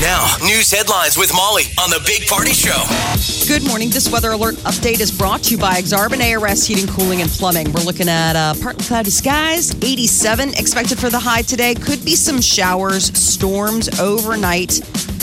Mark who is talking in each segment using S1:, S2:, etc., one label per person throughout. S1: Now, news headlines with Molly on the Big Party Show.
S2: Good morning. This weather alert update is brought to you by Exarban ARS Heating, Cooling, and Plumbing. We're looking at uh, partly cloudy skies, 87 expected for the high today. Could be some showers, storms overnight,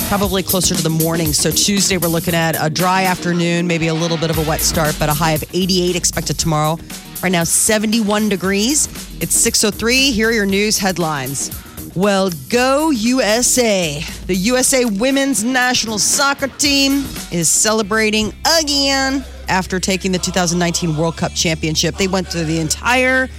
S2: probably closer to the morning. So Tuesday, we're looking at a dry afternoon, maybe a little bit of a wet start, but a high of 88 expected tomorrow. Right now, 71 degrees. It's 6:03. Here are your news headlines. Well, go USA. The USA women's national soccer team is celebrating again after taking the 2019 World Cup championship. They went through the entire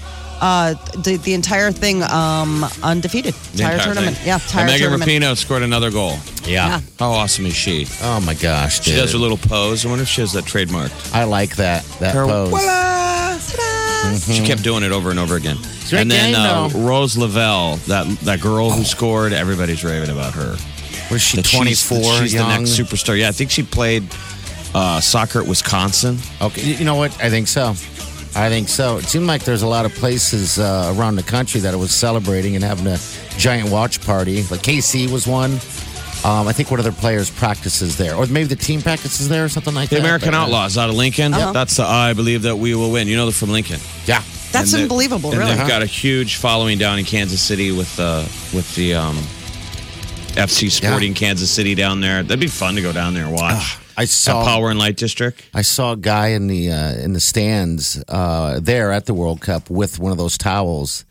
S2: uh, the, the entire thing um, undefeated.
S3: The
S2: entire,
S3: entire
S2: tournament.
S3: thing.
S2: Yeah, entire
S3: and Megan
S2: tournament.
S3: Rapinoe scored another goal.
S2: Yeah.
S4: Yeah.
S3: How awesome is she?
S4: Oh my gosh,
S3: She
S4: dude.
S3: does her little pose. I wonder if she has that trademarked.
S4: I like that that
S3: Her-
S4: pose.
S3: She kept doing it over and over again.
S4: a
S3: and then
S4: game,
S3: uh,
S4: though.
S3: Rose Lavelle, that that girl who scored, everybody's raving about her.
S4: Was she
S3: The 24, she's, the
S4: young?
S3: next superstar. Yeah, I think she played uh, soccer at Wisconsin.
S4: Okay, you you know what? I think so. I think so. It seemed like there's a lot of places uh, around the country that it was celebrating and having a giant watch party. Like KC was one. Um, I think one of their players practices there, or maybe the team practices there, or something like
S3: The
S4: that.
S3: American
S4: But, uh,
S3: Outlaws out of Lincoln. That's the I believe that we will win. You know they're from Lincoln.
S4: Yeah,
S2: That's
S3: And they-
S2: unbelievable,
S3: and
S2: really.
S3: They've got a huge following down in Kansas City with uh, with the um, FC Sporting Kansas City down there. That'd be fun to go down there and
S2: Ah,
S3: watch.
S4: I saw.
S3: At Power and Light District.
S4: I saw a guy in the uh, in the stands uh, there at the World Cup with one of those towels.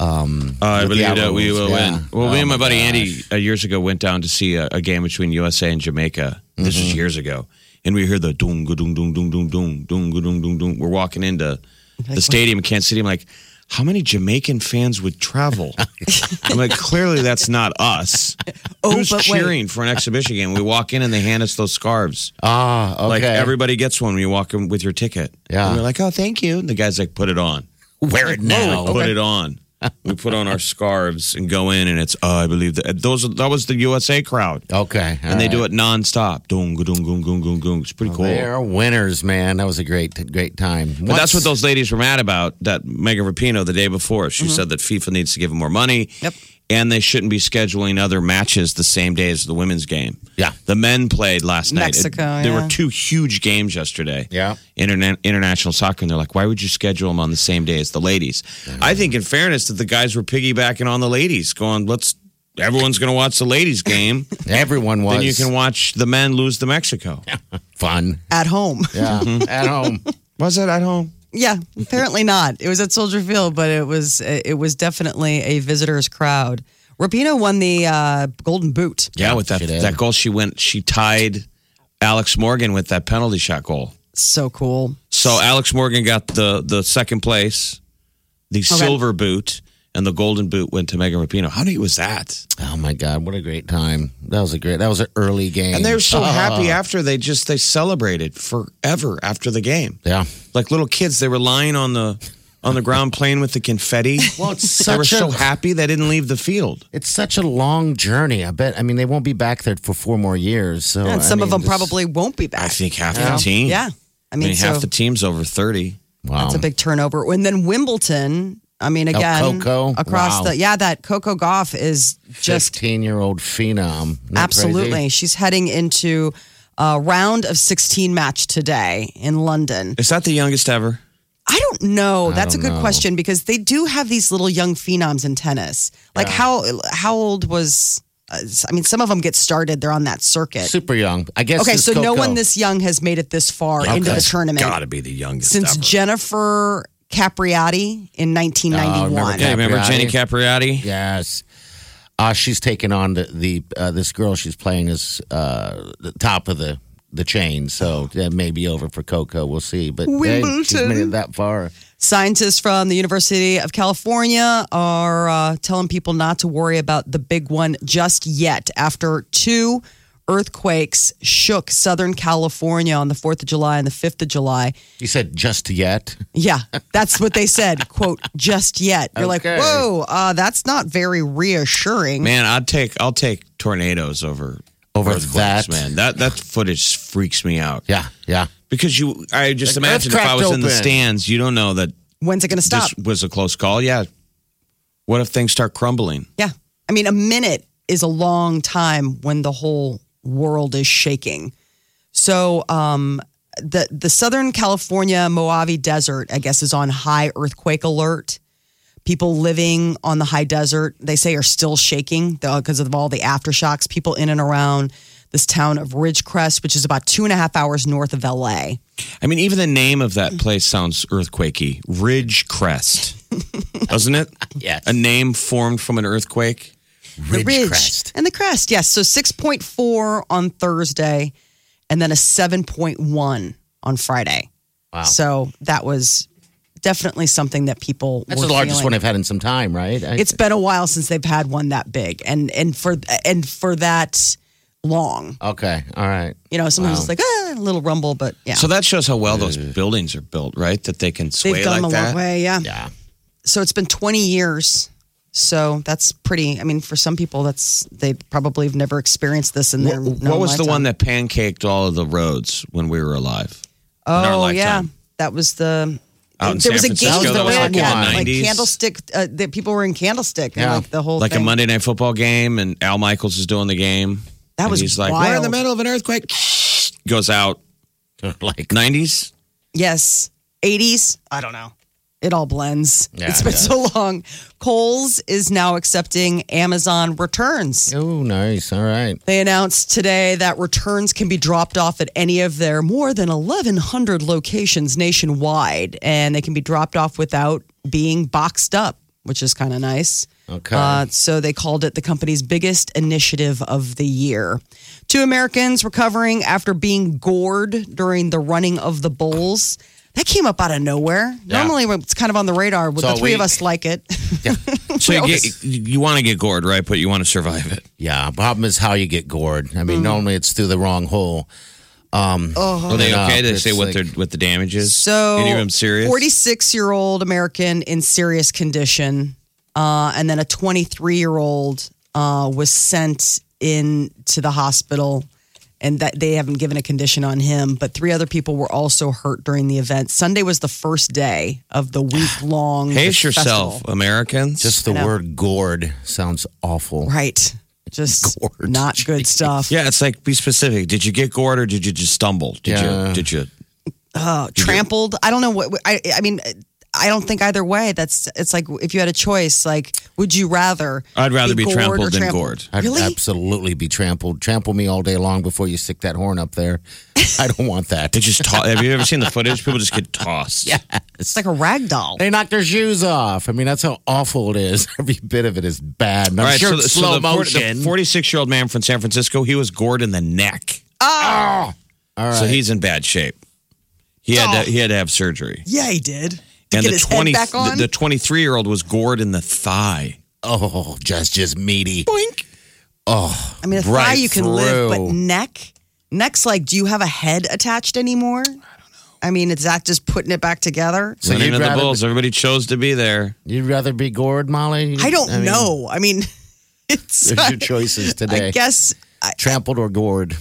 S3: Uh, I
S4: With the
S3: believe that we
S4: Outlaws,
S3: will
S4: yeah.
S3: win. Well,
S4: Oh
S3: me and my,
S4: my
S3: buddy Andy uh, years ago went down to see a, a game between USA and Jamaica. This
S4: Mm-hmm.
S3: was years ago, and we hear the doom go doom doom doom doom doom doom go doom doom doom. We're walking into the stadium in Kansas City. I'm like, how many Jamaican fans would travel? I'm like, clearly that's not us. Who's
S2: Oh, but wait.
S3: cheering for an exhibition game? We walk in and they hand us those scarves.
S4: Ah, okay.
S3: Like everybody gets one when you walk in with your ticket.
S4: Yeah.
S3: and we're like, oh, thank you. And the guy's like, put it on
S4: wear it now.
S3: put it on. We put on our scarves and go in, and it's uh, I believe that those are- that was the USA crowd,
S4: Okay,
S3: and they do it nonstop. Dung dung dung dung dung dung. It's pretty cool.
S4: They are winners, man. That was a great, great time.
S3: But that's what those ladies were mad about. That Megan Rapinoe the day before, she said that FIFA needs to give them more money.
S2: Yep.
S3: And they shouldn't be scheduling other matches the same day as the women's game.
S4: Yeah.
S3: The men played last night.
S2: Mexico,
S3: There
S2: yeah.
S3: were two huge games yesterday.
S4: Yeah.
S3: Interna- international soccer. And they're like, why would you schedule them on the same day as the ladies? I think, in fairness, that the guys were piggybacking on the ladies, going, let's, everyone's going to watch the ladies' game.
S4: everyone was.
S3: Then you can watch the men lose to Mexico.
S4: fun.
S2: at home.
S4: Yeah,
S3: Mm-hmm.
S4: at home.
S3: Was it at home?
S2: Yeah, apparently not. It was at Soldier Field, but it was it was definitely a visitors crowd. Rapino won the uh, Golden Boot.
S3: Yeah, with that
S4: She did.
S3: that goal, she went. She tied Alex Morgan with that penalty shot goal.
S2: So cool.
S3: So Alex Morgan got the the second place, the silver boot, and the golden boot went to Megan Rapinoe. How neat was that?
S4: Oh my god, what a great time! That was a great. That was an early game,
S3: And they were so
S4: Oh,
S3: happy after they just they celebrated forever after the game.
S4: Yeah.
S3: Like little kids, they were lying on the on the ground playing with the confetti.
S4: Well, it's
S3: they were
S4: such
S3: so
S4: a-
S3: happy they didn't leave the field.
S4: It's such a long journey. I bet. I mean, they won't be back there for four more years. So
S2: And
S4: I
S2: some of
S4: mean,
S2: them
S4: just-
S2: probably won't be back.
S3: I think half the team.
S2: Yeah. I
S3: I
S2: mean,
S3: mean, half
S2: so
S3: the team's over thirty.
S4: Wow.
S2: that's a big turnover. And then Wimbledon, I mean, again,
S4: Coco.
S2: across
S4: Wow.
S2: the, yeah, that Coco Goff is just
S4: fifteen-year-old phenom. Isn't that
S2: absolutely.
S4: crazy?
S2: She's heading into a round of 16 match today in London.
S3: Is that the youngest ever?
S2: I don't know. That's
S4: don't
S2: a good
S4: know.
S2: question because they do have these little young phenoms in tennis. Like how how old was? Uh, I mean, some of them get started. They're on that circuit.
S4: Super young. I guess.
S2: okay,
S4: it's
S2: so no
S4: Coco.
S2: one this young has made it this far into the
S4: that's
S2: tournament
S3: Got to be the youngest
S2: since
S3: ever.
S2: Jennifer Capriati in
S4: Oh,
S2: 1991.
S4: remember
S3: Yeah, remember Jenny
S4: Capriati?
S3: Capriati?
S4: Yes. Uh, she's taking on the, the uh, this girl she's playing is uh, the top of the the chain. So that may be over for Coco. We'll see. But hey, she's made it that far.
S2: Scientists from the University of California are uh, telling people not to worry about the big one just yet after two earthquakes shook Southern California on the 4th of July and the 5th of July.
S4: You said just yet.
S2: Yeah, that's what they said, quote, just yet. You're
S4: Okay.
S2: like, whoa, uh, that's not very reassuring.
S3: Man, I'd take I'll take tornadoes over
S4: Over
S3: earthquakes,
S4: that.
S3: man. That that footage freaks me out.
S4: Yeah, yeah.
S3: Because you I just
S4: Like,
S3: imagine if
S4: earth
S3: I was in the
S4: cracked open.
S3: stands, you don't know that
S2: When's it going to stop?
S3: this was a close call. Yeah. What if things start crumbling?
S2: Yeah. I mean, a minute is a long time when the whole world is shaking. So, um, the, the Southern California Mojave Desert, I guess, is on high earthquake alert. People living on the high desert, they say, are still shaking because of all the aftershocks. People in and around this town of Ridgecrest, which is about two and a half hours north of LA.
S3: I mean, even the name of that place sounds earthquakey. Ridge Crest. Doesn't it?
S4: Yes.
S3: A name formed from an earthquake.
S2: the ridge and the crest. Yes, so six point four on Thursday, and then a seven point one on Friday. Wow! So that was definitely something that people.
S4: That's
S2: were
S4: the largest
S2: feeling.
S4: one I've had in some time, right? I-
S2: It's been a while since they've had one that big, and and for and for that long,
S4: okay. All right.
S2: you know, sometimes it's like ah, a little rumble, but yeah,
S3: So that shows how well those buildings are built, right? That they can sway
S2: they've gone a
S3: like
S2: long
S3: that.
S2: way. Yeah.
S4: Yeah.
S2: so it's been 20 years. So that's pretty. I mean, for some people, that's they probably have never experienced this in their.
S3: What, what
S2: known
S3: was the
S2: lifetime.
S3: one that pancaked all of the roads when we were alive?
S2: Oh
S3: in our
S2: yeah,
S3: lifetime.
S2: that was the.
S3: Out in
S2: there was
S3: San
S2: a
S3: Francisco,
S2: game
S4: that was
S2: around
S4: like in the
S2: like
S3: 90s.
S2: candlestick. Uh, that people were in candlestick and
S4: Yeah.
S2: like the whole
S3: Like
S2: thing.
S3: a Monday night football game, and Al Michaels is doing the game.
S2: That
S3: And
S2: was
S3: he's like, we're in the
S2: wild.
S3: middle of an earthquake. Goes out.
S4: like
S3: 90s?
S2: Yes, eighties. I don't know. It all blends.
S4: Yeah,
S2: it's been
S4: it
S2: so long. Kohl's is now accepting Amazon returns.
S4: oh, nice. All right.
S2: They announced today that returns can be dropped off at any of their more than 1,100 locations nationwide, and they can be dropped off without being boxed up, which is kind of nice.
S4: Okay.
S2: Uh, so they called it the company's biggest initiative of the year. Two Americans recovering after being gored during the running of the Bulls. That came up out of nowhere.
S4: Yeah.
S2: Normally, it's kind of on the radar. With
S4: So
S2: the three of
S4: we-
S2: us like it.
S3: So you, get, you want to get gored, right? But you want to survive it.
S4: Yeah. Problem is how you get gored. I
S2: Mm.
S4: mean, normally it's through the wrong hole.
S3: Are they
S4: no,
S3: okay? They
S4: it's
S3: say what
S4: like-
S3: their what the damage is.
S2: Oh. So,
S3: any of them serious?
S2: 46 year old American in serious condition, uh, and then a 23 year old uh, was sent in to the hospital, and that they haven't given a condition on him. But three other people were also hurt during the event. Sunday was the first day of the week long.
S3: Pace yourself, Americans.
S4: Just the
S2: I know.
S4: word gored sounds awful.
S2: right? Just
S4: Gorge.
S2: not good stuff.
S3: yeah, it's like be specific. Did you get gored or did you just stumble? Did
S4: Yeah.
S3: you did you
S2: trampled. I don't know what I. I mean. I don't think either way. That's it's like if you had a choice, like would you rather?
S3: I'd rather be,
S2: gored or
S3: trampled than
S2: trampled?
S3: gored.
S4: I'd
S2: Really?
S4: absolutely be trampled. Trample me all day long before you stick that horn up there. I don't want that.
S3: They just to- have you ever seen the footage? People just get tossed. Yeah.
S2: It's like a rag doll.
S4: They knock their shoes off. I mean, that's how awful it is. Every bit of it is bad. And I'm
S3: All right,
S4: sure
S3: so,
S4: it's
S3: the- so
S4: slow
S3: the,
S4: motion.
S3: forty-six-year-old man from San Francisco, he was gored in the neck,
S2: Ah!
S4: Ah! all right.
S3: so he's in bad shape. He had to, he had to have surgery.
S2: Yeah, he did.
S3: and
S2: Oh. get his
S3: the
S2: head back on?
S3: the twenty-three-year-old was gored in the thigh.
S4: oh, just just meaty. Oh, Boink.
S2: I mean, a thigh
S4: Right
S2: you can live, but
S4: through.
S2: neck, neck's like, do you have a head attached anymore? I don't know. I mean, is that just putting it back together?
S4: So
S3: Running
S4: you'd
S3: of the
S4: rather,
S3: bulls, everybody chose to be there.
S4: you'd rather be gored, Molly?
S2: I don't
S4: mean,
S2: know. I mean, it's
S4: There's your choices today.
S2: I guess. I,
S4: Trampled or gored.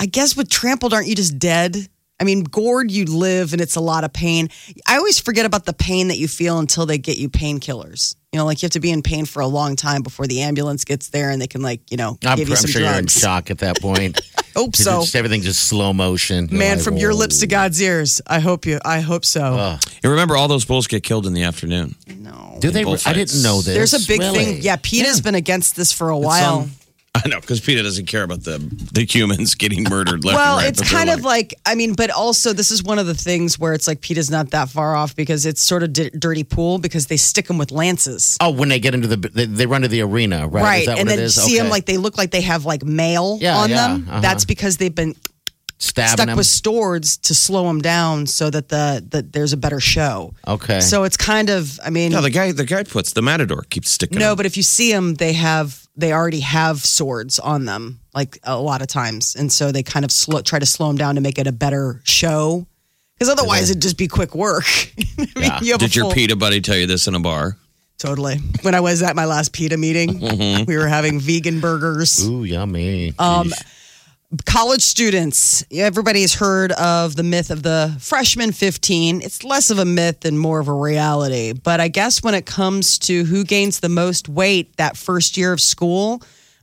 S2: I guess with trampled, aren't you just dead? I mean, gored, you live, and it's a lot of pain. I always forget about the pain that you feel until they get you painkillers. You know, like you have to be in pain for a long time before the ambulance gets there and they can, like, you know,
S4: I'm,
S2: give
S4: pr-
S2: you
S4: I'm
S2: some
S4: sure you're in
S2: drugs.
S4: shock at that point.
S2: Hope
S4: It's
S2: so.
S4: just- everything's just slow motion. You're
S2: Man,
S4: like,
S2: from your
S4: "Whoa."
S2: lips to God's ears. I hope you. I hope so.
S3: And remember, all those bulls get killed in the afternoon.
S2: no.
S4: Do they? re- I didn't know this.
S2: There's a big
S4: Really?
S2: thing. Yeah, Pete has been against this for a while.
S4: on-
S3: I know because PETA doesn't care about the the humans getting murdered left
S2: well,
S3: and right.
S2: it's
S3: but they're
S2: kind of like I mean, but also this is one of the things where it's like Pete is not that far off because it's sort of di- dirty pool because they stick them with lances,
S4: Oh, when they get into the, they, they run to the arena, right? Is that
S2: and
S4: what
S2: then
S4: it is?
S2: see them
S4: Okay.
S2: like they look like they have like mail
S4: Yeah,
S2: on
S4: yeah,
S2: them.
S4: uh-huh.
S2: That's because they've been
S4: stabbing
S2: stuck
S4: them.
S2: with swords to slow them down so that the that there's a better show.
S4: Okay.
S2: So it's kind of I mean
S3: No, the guy, the guy puts the matador keeps sticking.
S2: no,
S3: him.
S2: but if you see them, they have they already have swords on them, like a lot of times, and so they kind of slow, try to slow them down to make it a better show, because otherwise it'd just be quick work. I mean, you have a
S3: did your
S2: full-
S3: PETA buddy tell you this in a bar?
S2: Totally. When I was at my last PETA meeting, we were having vegan burgers.
S4: Mm-hmm. Ooh, yummy.
S2: Um, college students, everybody's heard of the myth of the freshman 15. It's less of a myth and more of a reality. But I guess when it comes to who gains the most weight that first year of school,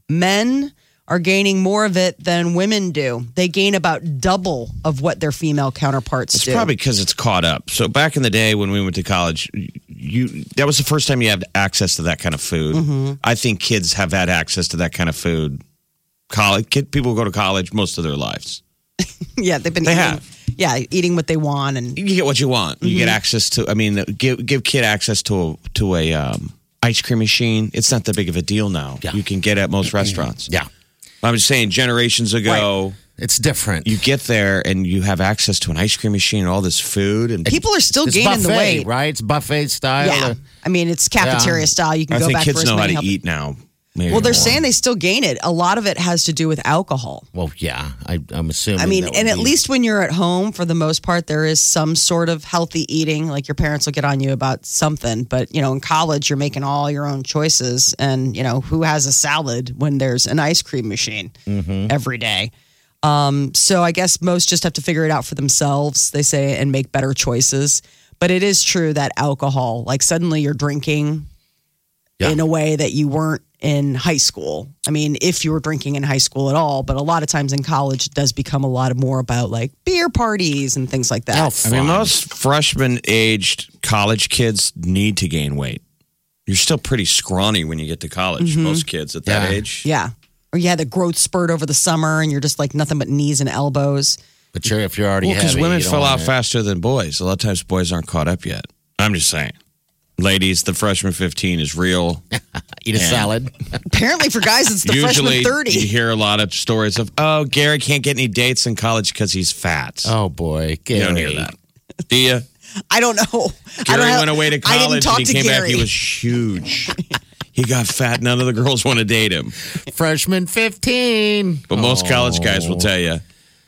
S2: men are gaining more of it than women do. They gain about double of what their female counterparts
S3: It's
S2: do.
S3: probably because it's caught up. So back in the day when we went to college, you that was the first time you had access to that kind of food.
S2: Mm-hmm.
S3: I think kids have had access to that kind of food. College kid, people go to college most of their lives.
S2: yeah, they've been
S3: They
S2: eating,
S3: have.
S2: yeah, eating what they want and
S3: You get what you want. You
S4: Mm-hmm.
S3: get access to. I mean, give give kid access to a, to a um, ice cream machine. It's not that big of a deal now.
S4: Yeah. Mm-hmm.
S3: You can get at most restaurants.
S4: yeah,
S3: I'm just saying, generations ago,
S4: it's different.
S3: you get there and you have access to an ice cream machine and all this food. And
S2: people are still
S4: it's
S2: gaining
S4: buffet,
S2: the weight.
S4: right? It's buffet style.
S2: Yeah. I mean, it's cafeteria
S4: Yeah.
S2: style. You can
S3: I
S2: go
S3: think
S2: back for
S3: kids
S2: as
S3: know how
S2: many
S3: to
S2: help-
S3: eat now.
S2: Well, they're saying they still gain it. A lot of it has to do with alcohol.
S4: Well, yeah, I, I'm assuming.
S2: I mean,
S4: that
S2: and
S4: would
S2: at
S4: be-
S2: least when you're at home, for the most part, there is some sort of healthy eating. Like your parents will get on you about something, but you know, in college, you're making all your own choices. And you know, who has a salad when there's an ice cream machine every day? Um, so I guess most just have to figure it out for themselves. They say and make better choices. But it is true that alcohol, like suddenly you're drinking
S4: Yeah.
S2: in a way that you weren't in high school. I mean, if you were drinking in high school at all, but a lot of times in college, it does become a lot more about like beer parties and things like that.
S3: I mean, most freshman aged college kids need to gain weight. You're still pretty scrawny when you get to college,
S2: Mm-hmm.
S3: most kids at that
S4: Yeah.
S3: age.
S2: Yeah. Or you had the growth spurt over the summer and you're just like nothing but knees and elbows.
S4: But you're, if you're already
S3: Well, because
S4: heavy,
S3: women
S4: you don't
S3: fall
S4: want
S3: out faster than boys. A lot of times boys aren't caught up yet. I'm just saying. Ladies, the freshman 15 is real.
S4: to Eat a salad.
S2: Apparently for guys, it's the
S3: Usually,
S2: freshman 30.
S3: you hear a lot of stories of, oh, Gary can't get any dates in college because he's fat.
S4: Oh boy, Gary.
S3: you don't hear that. Do you?
S2: I don't know. I
S3: Gary
S2: don't have-
S3: went away to
S2: I didn't
S3: college
S2: talk
S3: and
S2: to
S3: he came
S2: Gary.
S3: back. He was huge. he got fat. None of the girls want to date him.
S4: Freshman 15.
S3: But most
S4: Oh.
S3: college guys will tell you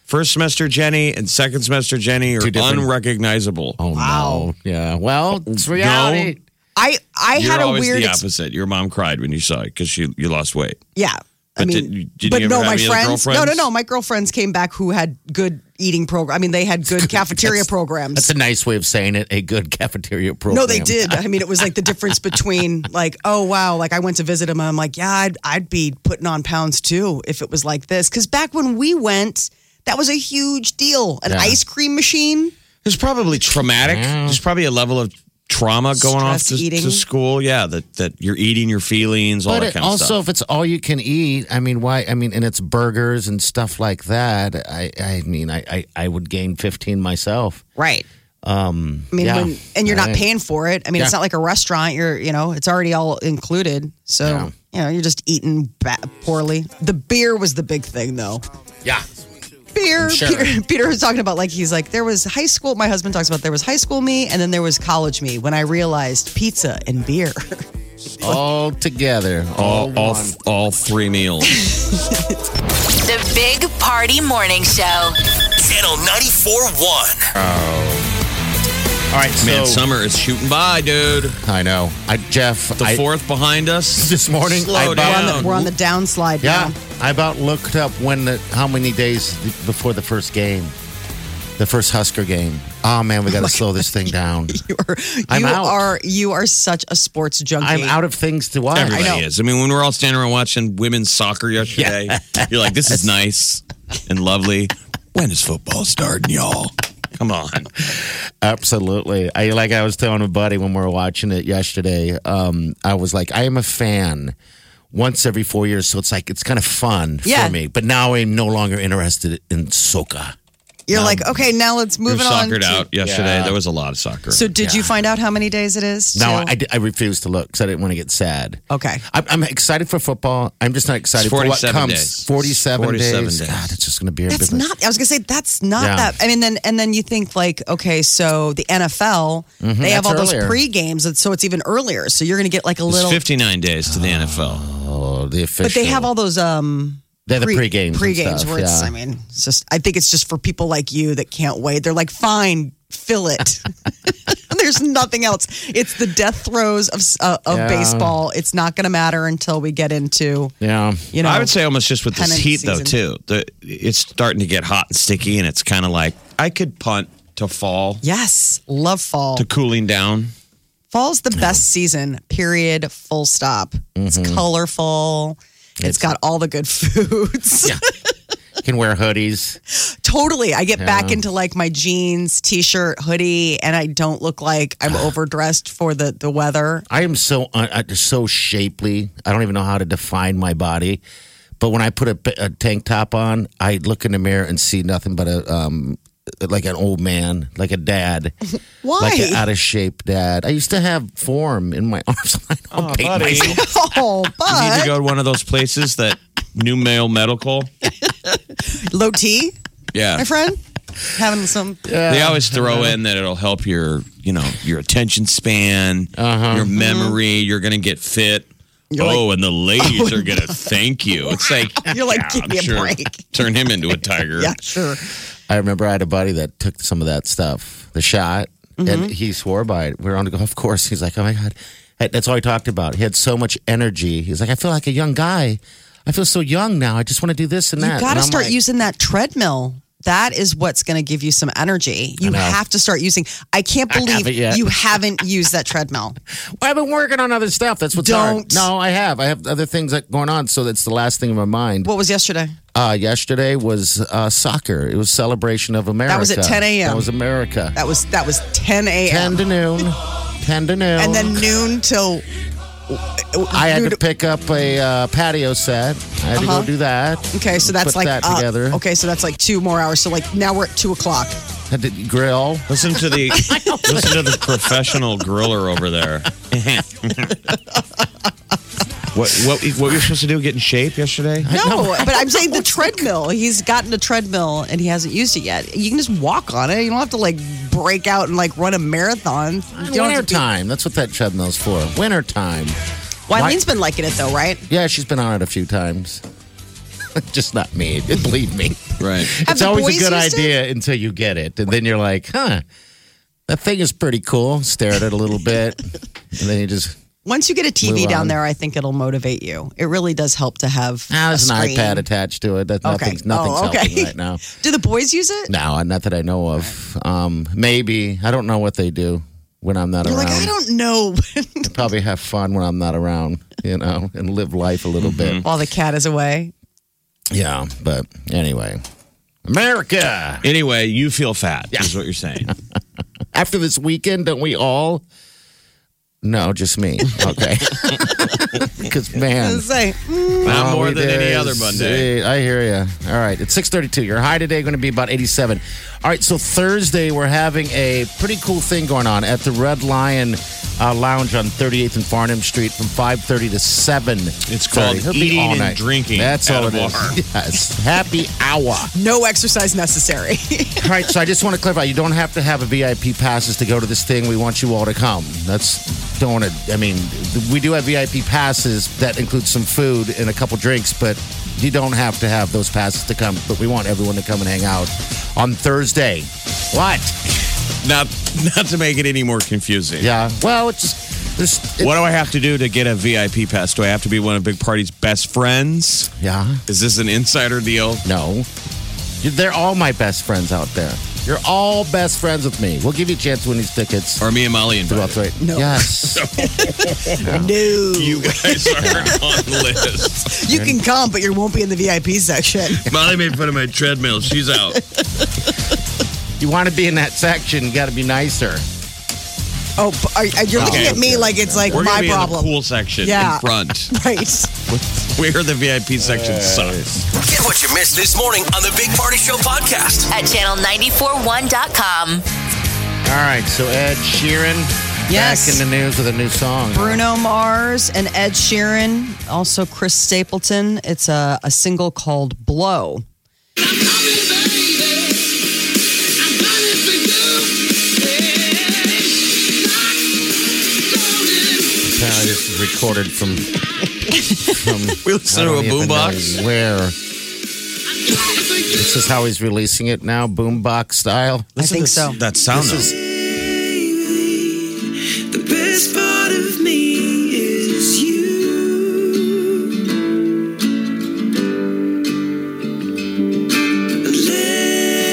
S3: first semester Jenny and second semester Jenny are
S4: Two different-
S3: unrecognizable.
S4: Oh
S2: Wow.
S4: no. Yeah. Well, it's reality.
S2: I, I
S3: You're
S2: had a
S3: always
S2: weird.
S3: the
S2: ex-
S3: opposite. Your mom cried when you saw it because you, you lost weight.
S2: Yeah. I
S3: But
S2: mean,
S3: did- did
S2: but
S3: you ever
S2: no,
S3: have
S2: my
S3: any other
S2: friends. No, no,
S3: girlfriends?
S2: no. My girlfriends came back who had good eating program. I mean, they had good cafeteria programs.
S4: That's a nice way of saying it. A good cafeteria program.
S2: No, they did. I mean, it was like the difference between like, oh wow, like I went to visit him. And I'm like, yeah, I'd, I'd be putting on pounds too if it was like this. Because back when we went, that was a huge deal. An
S4: Yeah.
S2: ice cream machine.
S3: It's probably traumatic. There's probably a level of trauma going off
S2: Stress
S3: to,
S2: eating.
S3: to school. Yeah, that, that you're eating your feelings, all
S4: But
S3: that
S4: it,
S3: kind of
S4: also,
S3: stuff.
S4: if it's all you can eat, I mean, why? I mean, and it's burgers and stuff like that. I, I mean, I, I, I would gain 15 myself.
S2: Right. Um, I mean,
S4: yeah.
S2: when, and you're not
S4: Right.
S2: paying for it. I mean, it's
S4: Yeah.
S2: not like a restaurant. You're, you know, it's already all included. So, you know, you're just eating ba- poorly. The beer was the big thing, though.
S4: Yeah.
S2: Peter,
S4: sure.
S2: Peter, Peter was talking about like he's like there was high school. My husband talks about there was high school me, and then there was college me when I realized pizza and beer.
S4: All together. All,
S3: all, all,
S4: one.
S3: all three meals.
S5: The Big Party Morning Show.
S1: Channel 94.1.
S4: all right,
S3: Man,
S4: so-
S3: summer is shooting by, dude.
S4: I know. I, Jeff,
S3: The
S4: I,
S3: fourth behind us
S4: This morning,
S3: Slow
S4: I bought-
S3: down.
S2: We're on the downslide
S4: Yeah,
S2: now.
S4: I about looked up when the how many days before the first game, the first Husker game. Oh man, we got to slow this thing down.
S2: You are
S4: I'm
S2: you
S4: out.
S2: are you are such a sports junkie.
S4: I'm out of things to watch.
S3: Everybody
S2: I know.
S3: is. I mean, when we're all standing around watching women's soccer yesterday, you're like, this is nice and lovely. when is football starting, y'all? Come on.
S4: Absolutely. I like I was telling a buddy when we were watching it yesterday. Um, I was like, I am a fan. Once every four years, so it's like it's kind of fun
S2: Yeah.
S4: for me. But now I'm no longer interested in soca.
S2: You're like, okay, now let's move
S3: You're
S2: it on.
S3: soccered
S2: to-
S3: out yesterday.
S4: Yeah.
S3: There was a lot of soccer.
S2: So, did you find out how many days it is?
S4: No,
S2: till-
S4: I, I, refuse to look because I didn't want to get sad.
S2: Okay.
S4: I'm, I'm excited for football. I'm just not excited
S3: It's
S4: for what
S3: 47
S4: comes.
S3: days.
S4: 47,
S3: 47
S4: days.
S3: days.
S4: God, it's just going to be a
S2: That's
S4: business.
S2: not. I was gonna say that's not
S4: Yeah.
S2: that. I mean, then and then you think like, okay, so the NFL they have all
S4: Mm-hmm. that's
S2: those
S4: earlier.
S2: pre games, and so it's even earlier. So you're gonna get like a
S3: it's
S2: little.
S3: 59 days to the
S4: Ah.
S3: NFL.
S4: Oh, the official.
S2: but they have all those um
S4: They're the pre-games and
S2: pre-games
S4: stuff,
S2: where it's.
S4: yeah.
S2: I mean, it's just. I think it's just for people like you that can't wait. They're like, fine, fill it. There's nothing else. It's the death throes of uh, of
S4: Yeah.
S2: baseball. It's not gonna matter until we get into
S4: Yeah.
S2: you know.
S3: I would say almost just with this
S2: pennant
S3: heat, though,
S2: season.
S3: too. The, it's starting to get hot and sticky, and it's kind of like I could punt to fall
S2: yes, love fall.
S3: to cooling down.
S2: Fall's the best season, period, full stop. It's
S4: Mm-hmm.
S2: colorful. it's got all the good foods.
S4: You can wear hoodies.
S2: totally. I get back into like my jeans, t shirt, hoodie, and I don't look like I'm overdressed for the, the weather.
S4: I am so un- uh, so shapely. I don't even know how to define my body. But when I put a, a tank top on, I look in the mirror and see nothing but a um like an old man, like a dad,
S2: Why?
S4: like an out of shape dad. I used to have form in my arms. I don't paint myself.
S2: oh,
S3: You need to
S2: but
S3: go to one of those places that New Male Medical.
S2: low T,
S3: Yeah.
S2: my friend. Having some
S3: They always throw in that it'll help your, you know, your attention span, your
S2: Mm-hmm.
S3: memory. You're going to get fit. oh, and the ladies are going to thank you. It's like
S2: You're like,
S3: yeah,
S2: give
S3: I'm
S2: me a
S3: sure.
S2: break.
S3: Turn him into a tiger.
S2: Yeah, sure.
S4: I remember I had a buddy that took some of that stuff, the shot,
S2: Mm-hmm.
S4: and he swore by it. We were on the golf course. He's like, oh my God. I- That's all he talked about. He had so much energy. He's like, I feel like a young guy. I feel so young now. I just want to do this and that.
S2: You got
S4: And
S2: to
S4: I'm
S2: start
S4: like,
S2: using that treadmill. That is what's going to give you some energy. You
S4: know.
S2: have to start using. I can't believe
S4: haven't yet.
S2: you haven't used that treadmill.
S4: I've been working on other stuff. That's what's hard."
S2: Don't.
S4: No, I have. I have other things that going on. So that's the last thing in my mind.
S2: What was yesterday?
S4: Uh, yesterday was uh, soccer. It was celebration of America.
S2: was at 10 a.m..
S4: That was America.
S2: That was that was 10
S4: Ten
S2: a.m.
S4: to noon. Ten to noon.
S2: and then noon till
S4: I had to pick up a uh, patio set. I had
S2: Uh-huh.
S4: to go do that.
S2: okay. So that's
S4: Put
S2: like
S4: that
S2: uh,
S4: together.
S2: Okay, so that's like two more hours. So like now we're at two o'clock.
S4: Had to grill.
S3: Listen to the listen to the professional griller over there. what what what were you supposed to do? Get in shape yesterday?
S2: No, but I'm saying the treadmill. He's gotten a treadmill and he hasn't used it yet. You can just walk on it. You don't have to like break out and like run a marathon. You don't
S4: Winter
S2: have to be-
S4: time. That's what that treadmill's for. Winter time.
S2: Wylene's been liking it though, right?
S4: Yeah, she's been on it a few times. Just not me. Believe me.
S3: Right.
S4: it's
S2: the
S4: always a
S2: boys
S4: good
S2: used it?
S4: idea until you get it, and then you're like, huh. That thing is pretty cool. Stare at it a little bit, and then you just
S2: Once you get a TV
S4: Move
S2: down
S4: on.
S2: there, I think it'll motivate you. It really does help to have
S4: ah,
S2: a
S4: there's an
S2: screen.
S4: iPad attached to it. That nothing's nothing's
S2: oh, okay.
S4: helping right now.
S2: Do the boys use it?
S4: No, not that I know of. Um, maybe I don't know what they do when I'm not
S2: You're
S4: around.
S2: like, I don't know.
S4: They probably have fun when I'm not around, you know, and live life a little bit.
S2: While the cat is away. Mm-hmm.
S4: Yeah, but anyway, America.
S3: Anyway, you feel fat is what you're saying.
S4: After this weekend, don't we all? No, just me. Okay, because
S2: I
S4: man,
S2: was like, mm,
S3: Not more
S4: we
S3: than any
S4: did
S3: other Monday.
S4: see- I hear you. All right, it's six thirty-two. Your high today going to be about eighty-seven. All right, so Thursday we're having a pretty cool thing going on at the Red Lion uh, Lounge on Thirty Eighth and Farnham Street from five thirty to seven.
S3: It's called Eating and Drinking
S4: That's
S3: at
S4: all
S3: a
S4: it is.
S3: bar.
S4: Yes, happy hour.
S2: no exercise necessary.
S4: All right, so I just want to clarify: you don't have to have a VIP passes to go to this thing. We want you all to come. That's don't want to. I mean, we do have VIP passes that include some food and a couple drinks, but you don't have to have those passes to come. But we want everyone to come and hang out on Thursday. What?
S3: Not not to make it any more confusing.
S4: Yeah. Well, it's just there's.
S3: What do I have to do to get a VIP pass? Do I have to be one of Big Party's best friends?
S4: yeah.
S3: Is this an insider deal?
S4: No. You- They're all my best friends out there. You're all best friends with me. We'll give you a chance to win these tickets.
S3: Or me and Molly invited?
S4: That's right. No. Yes.
S2: no.
S3: You guys aren't on the list.
S2: You can come, but you won't be in the VIP section.
S3: Molly made fun of my treadmill. She's out.
S4: you want to be in that section, you got to be nicer.
S2: Oh, but are, are- you're looking at me like it's like
S3: We're
S2: my
S3: gonna be in the
S2: problem.
S3: pool section
S2: Yeah.
S3: in front.
S2: Right.
S3: Where the VIP section sucks.
S1: Get what you missed this morning on the Big Party Show podcast.
S5: at channel941.com.
S4: All right, so Ed Sheeran
S2: Yes.
S4: back in the news with a new song.
S2: Bruno Mars and Ed Sheeran, also Chris Stapleton. It's a, a single called Blow.
S4: Apparently, this is recorded from. from
S3: We listen
S4: I
S3: to
S4: don't
S3: a
S4: even
S3: boombox.
S4: know Where? This is how he's releasing it now, boombox style.
S2: I think
S3: to
S2: so.
S3: That sound
S4: This
S3: though.
S4: is-
S6: The best part of me is you.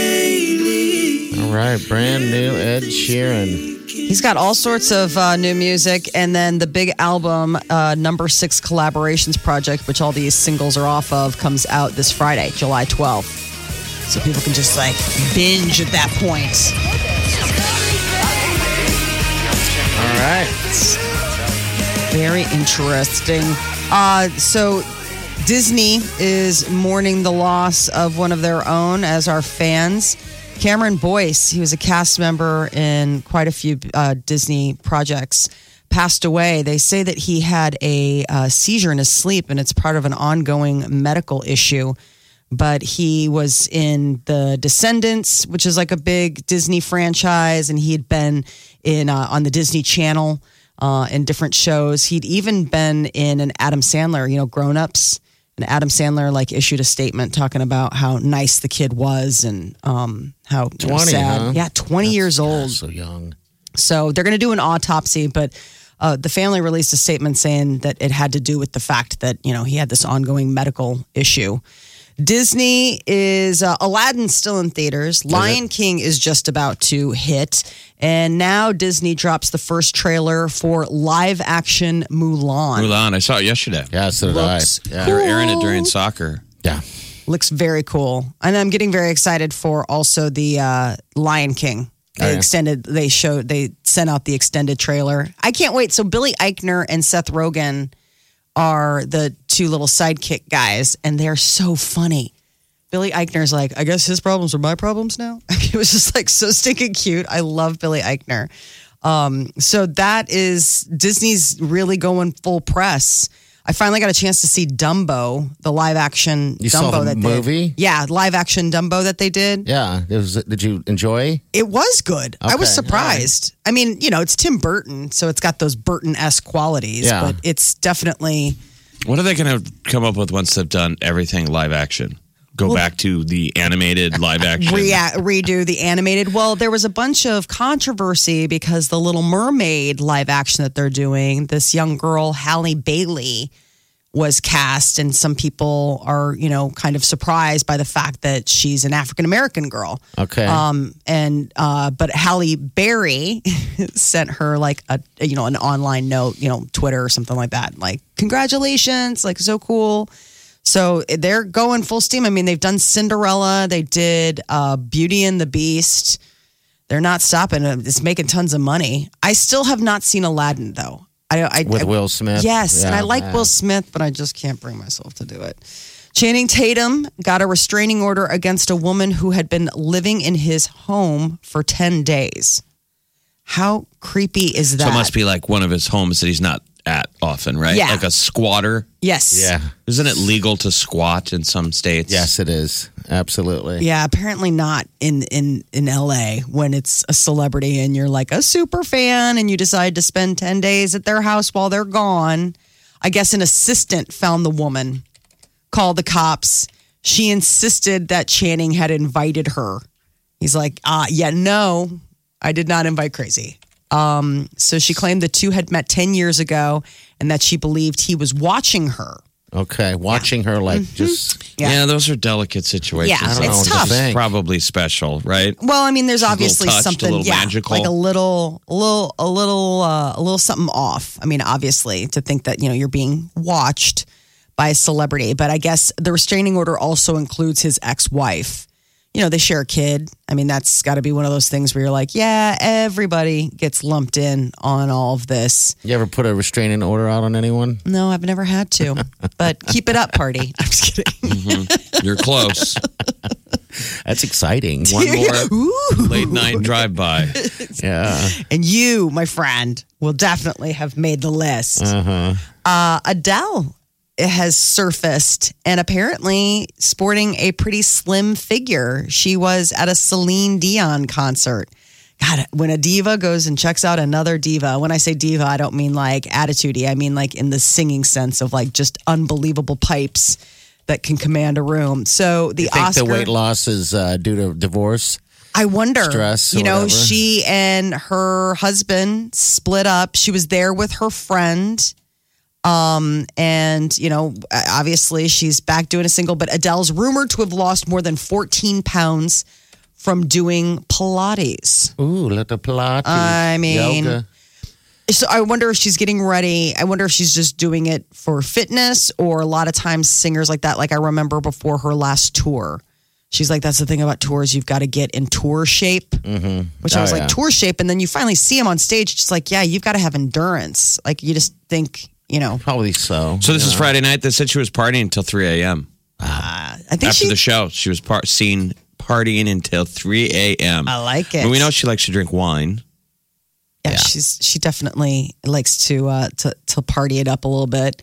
S6: Lately,
S4: All right, brand new Ed Sheeran.
S2: He's got all sorts of uh, new music, and then the big album, uh, Number Six Collaborations Project, which all these singles are off of, comes out this Friday, July 12th. So people can just like binge at that point.
S4: All right.
S2: Very interesting. Uh, so Disney is mourning the loss of one of their own as our fans. Cameron Boyce, he was a cast member in quite a few uh, Disney projects, passed away. They say that he had a uh, seizure in his sleep, and it's part of an ongoing medical issue but he was in the descendants which is like a big disney franchise and he had been in uh, on the disney channel uh, in different shows he'd even been in an adam sandler you know grown-ups and adam sandler like issued a statement talking about how nice the kid was and um, how
S4: 20,
S2: sad
S4: huh?
S2: yeah 20 years old
S4: So young.
S2: so they're going to do an autopsy, but uh, the family released a statement saying that it had to do with the fact that you know he had this ongoing medical issue. Disney is uh, Aladdin still in theaters. Lion King is just about to hit, and now Disney drops the first trailer for live action Mulan.
S3: Mulan, I saw it yesterday.
S4: Yeah, so did
S2: Looks
S4: I. Yeah.
S3: They were airing it during soccer.
S4: yeah.
S2: Looks very cool, and I'm getting very excited for also the uh, Lion King. They
S4: Oh, yeah.
S2: extended. They showed. They sent out the extended trailer. I can't wait. So Billy Eichner and Seth Rogen are the two little sidekick guys, and they're so funny. Billy Eichner's like, I guess his problems are my problems now. It was just like so stinking cute. I love Billy Eichner. Um, so that is Disney's really going full press. I finally got a chance to see Dumbo, the live action
S4: You
S2: Dumbo
S4: saw the
S2: that
S4: movie?
S2: They, yeah, live action Dumbo that they did.
S4: Yeah. It was, did you enjoy?
S2: It was good. I was
S4: Okay,
S2: surprised. I mean, you know, it's Tim Burton, so it's got those Burton esque qualities,
S4: Yeah.
S2: but it's definitely
S3: What are they going to come up with once they've done everything live action? Go back to the animated live action.
S2: rea- redo the animated. Well, there was a bunch of controversy because the Little Mermaid live action that they're doing, this young girl, Halle Bailey, was cast, and some people are, you know, kind of surprised by the fact that she's an African American girl.
S4: Okay.
S2: Um, and uh, but Halle Berry sent her like a you know an online note, you know, Twitter or something like that, like congratulations, like so cool. So eh, they're going full steam. I mean, they've done Cinderella, they did uh, Beauty and the Beast. They're not stopping. It's making tons of money. I still have not seen Aladdin though. I, I
S4: With
S2: I-
S4: Will Smith?
S2: Yes, and
S4: Yeah,
S2: I like
S4: yeah.
S2: Will Smith, but I just can't bring myself to do it. Channing Tatum got a restraining order against a woman who had been living in his home for 10 days. How creepy is that?
S3: So it must be like one of his homes that he's not at often, right?
S2: Yeah.
S3: Like a squatter.
S2: Yes.
S3: Isn't it legal to squat in some states?
S4: Yes, it is. Absolutely.
S2: Yeah, apparently not in in in LA when it's a celebrity and you're like a super fan and you decide to spend 10 days at their house while they're gone. I guess an assistant found the woman, called the cops. She insisted that Channing had invited her. He's like, "Uh, yeah, no. I did not invite crazy." Um, so she claimed the two had met 10 years ago and that she believed he was watching her.
S4: Okay. Watching her, like,
S2: Mm-hmm.
S4: just.
S3: Yeah.
S2: Yeah.
S3: those are delicate situations.
S2: Yeah,
S3: I don't
S2: it's
S3: know if
S2: tough.
S3: this is Probably special, right?
S2: Well, I mean, there's
S3: little
S2: obviously
S3: touched, a
S2: something,
S3: little
S2: yeah,
S3: magical.
S2: like a little, a little, a little, uh, a little something off. I mean, obviously, to think that you know you're being watched by a celebrity, but I guess the restraining order also includes his ex-wife. you know, they share a kid. I mean, that's got to be one of those things where you're like, yeah, everybody gets lumped in on all of this.
S4: You ever put a restraining order out on anyone?
S2: No, I've never had to, but keep it up, party. I'm just kidding.
S3: You're close.
S4: That's exciting.
S3: One more late night drive by.
S4: Yeah.
S2: And you, my friend, will definitely have made the list.
S4: Mm-hmm.
S2: Uh, Adele has surfaced and apparently sporting a pretty slim figure. She was at a Celine Dion concert. God, when a diva goes and checks out another diva, when I say diva, I don't mean like attitudey. I mean like in the singing sense of like just unbelievable pipes that can command a room. So the
S4: Think
S2: Oscar
S4: the weight loss is uh, due to divorce?
S2: I wonder.
S4: Stress or
S2: you know,
S4: whatever.
S2: she and her husband split up. She was there with her friend. Um, and you know, obviously she's back doing a single, but Adele's rumored to have lost more than 14 pounds from doing Pilates.
S4: Ooh, little Pilates.
S2: I mean-
S4: yoga.
S2: So I wonder if she's getting ready. I wonder if she's just doing it for fitness or a lot of times singers like that. Like I remember before her last tour, she's like, that's the thing about tours. You've got to get in tour shape, mm-hmm. which I
S4: Oh,
S2: was
S4: yeah.
S2: like tour shape. And then you finally see him on stage. Just like, yeah, you've got to have endurance. Like you just think, you know,
S4: Probably so.
S3: So this is Friday night. They said she was partying until 3 a.m.
S2: I think
S3: After
S2: she,
S3: the show, she was par- seen partying until 3 a.m.
S2: I like it.
S3: But we know she likes to drink wine.
S2: yeah, she's she definitely likes to uh to to party it up a little bit.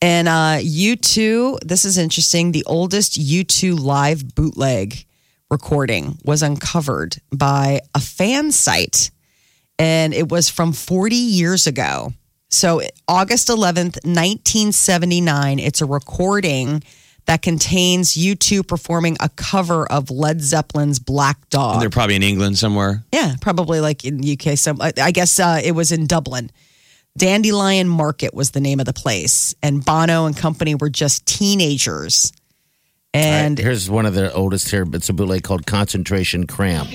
S2: And uh U2, this is interesting, the oldest U2 live bootleg recording was uncovered by a fan site and it was from 40 years ago. So, August 11th, 1979, it's a recording that contains U2 performing a cover of Led Zeppelin's Black Dog.
S3: They're probably in England somewhere.
S2: Yeah, probably like in the UK. Some, I I guess uh, it was in Dublin. Dandelion Market was the name of the place, and Bono and company were just teenagers. And
S4: All right, here's one of their oldest here. It's a bootleg called Concentration Cramp.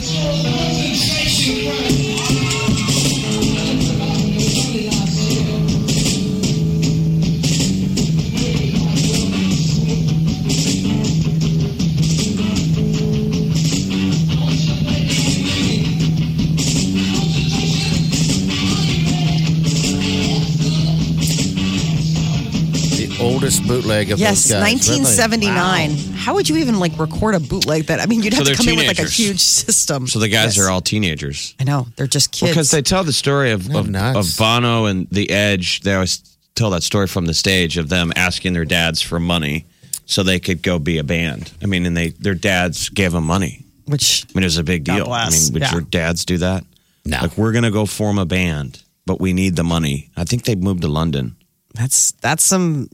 S4: The Oldest bootleg of
S2: yes,
S4: those guys.
S2: 1979. How would you even like record a bootleg that? I mean, you'd
S3: So
S2: have to
S3: they're
S2: come in with like a
S3: teenagers.
S2: huge system.
S3: So the guys
S2: Yes.
S3: are all teenagers.
S2: I know they're just kids.
S3: Because they tell the story of, of,
S4: nuts.
S3: of Bono and The Edge. They always tell that story from the stage of them asking their dads for money so they could go be a band. I mean, and they their dads gave them money.
S2: which
S3: I mean, it was a big deal. I
S2: bless.
S3: mean, would
S2: Yeah.
S3: your dads do that?
S4: No.
S3: Like, we're going to go form a band, but we need the money. I think they moved to London.
S2: that's that's some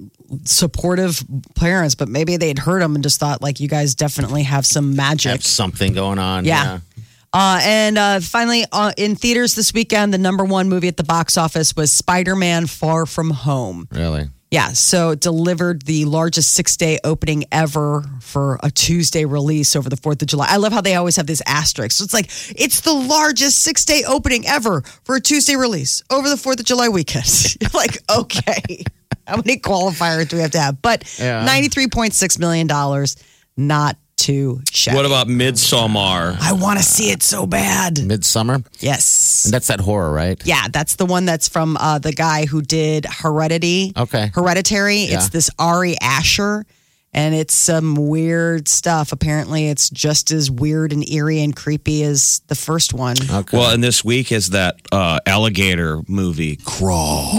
S2: supportive parents, but maybe they'd heard them and just thought like, you guys definitely have some magic.
S4: Have something going on.
S2: Yeah. Uh, and uh, finally, uh, in theaters this weekend, the number one movie at the box office was Spider Man Far From Home.
S4: Really?
S2: Yeah, so it delivered the largest six day opening ever for a Tuesday release over the 4th of July. I love how they always have this asterisk. So it's like, it's the largest six day opening ever for a Tuesday release over the 4th of July weekend. You're like, okay, how many qualifiers do we have to have? But
S4: Yeah.
S2: $93.6 million, not too shabby.
S3: What about Midsommar?
S2: I want to see it so bad.
S4: Midsummer?
S2: Yes.
S4: That's that horror, right?
S2: Yeah, that's the one that's from uh, the guy who did Heredity.
S4: Okay.
S2: Hereditary.
S4: Yeah.
S2: It's this Ari Asher, and it's some weird stuff. Apparently, it's just as weird and eerie and creepy as the first one.
S4: Okay.
S3: Well, and this week is that uh, alligator movie.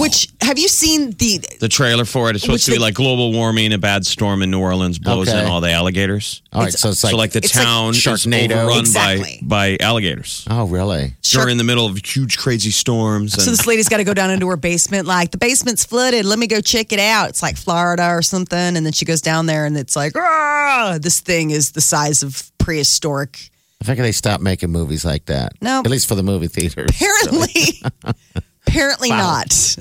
S2: Which, have you seen the.
S3: The trailer for it is supposed
S2: Which
S3: to be
S2: they-
S3: like global warming, a bad storm in New Orleans blows
S4: Okay.
S3: in all the alligators.
S4: All right, so it's like,
S3: so like the
S2: It's like
S3: town is
S4: Sharknado.
S3: overrun
S2: Exactly.
S3: by by alligators.
S4: oh, really?
S3: During in the middle of huge crazy storms. And
S2: So this lady's got to go down into her basement, like, the basement's flooded. Let me go check it out. It's like Florida or something. And then she goes down there, and it's like, ah, this thing is the size of prehistoric.
S4: I think they stopped making movies like that.
S2: No.
S4: At least for the movie theaters.
S2: apparently apparently not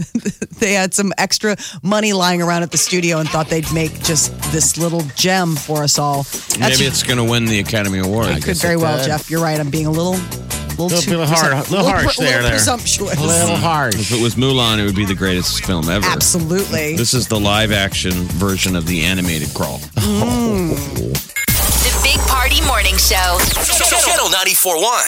S2: they had some extra money lying around at the studio and thought they'd make just this little gem for us all That's-
S3: maybe it's going to win the Academy Award.
S4: I
S2: could
S4: guess
S2: very
S4: it
S2: well
S4: did.
S2: jeff you're right i'm being a little little,
S4: Little
S2: too
S4: bit hard,
S2: presump-
S4: little harsh
S2: pre-
S4: there,
S2: little
S4: there.
S2: presumptuous
S4: A little
S3: If
S4: harsh.
S3: it was Mulan, it would be the greatest film ever.
S2: absolutely
S3: This is the live action version of the animated crawl.
S5: The Big Party Morning Show.
S1: Channel 941.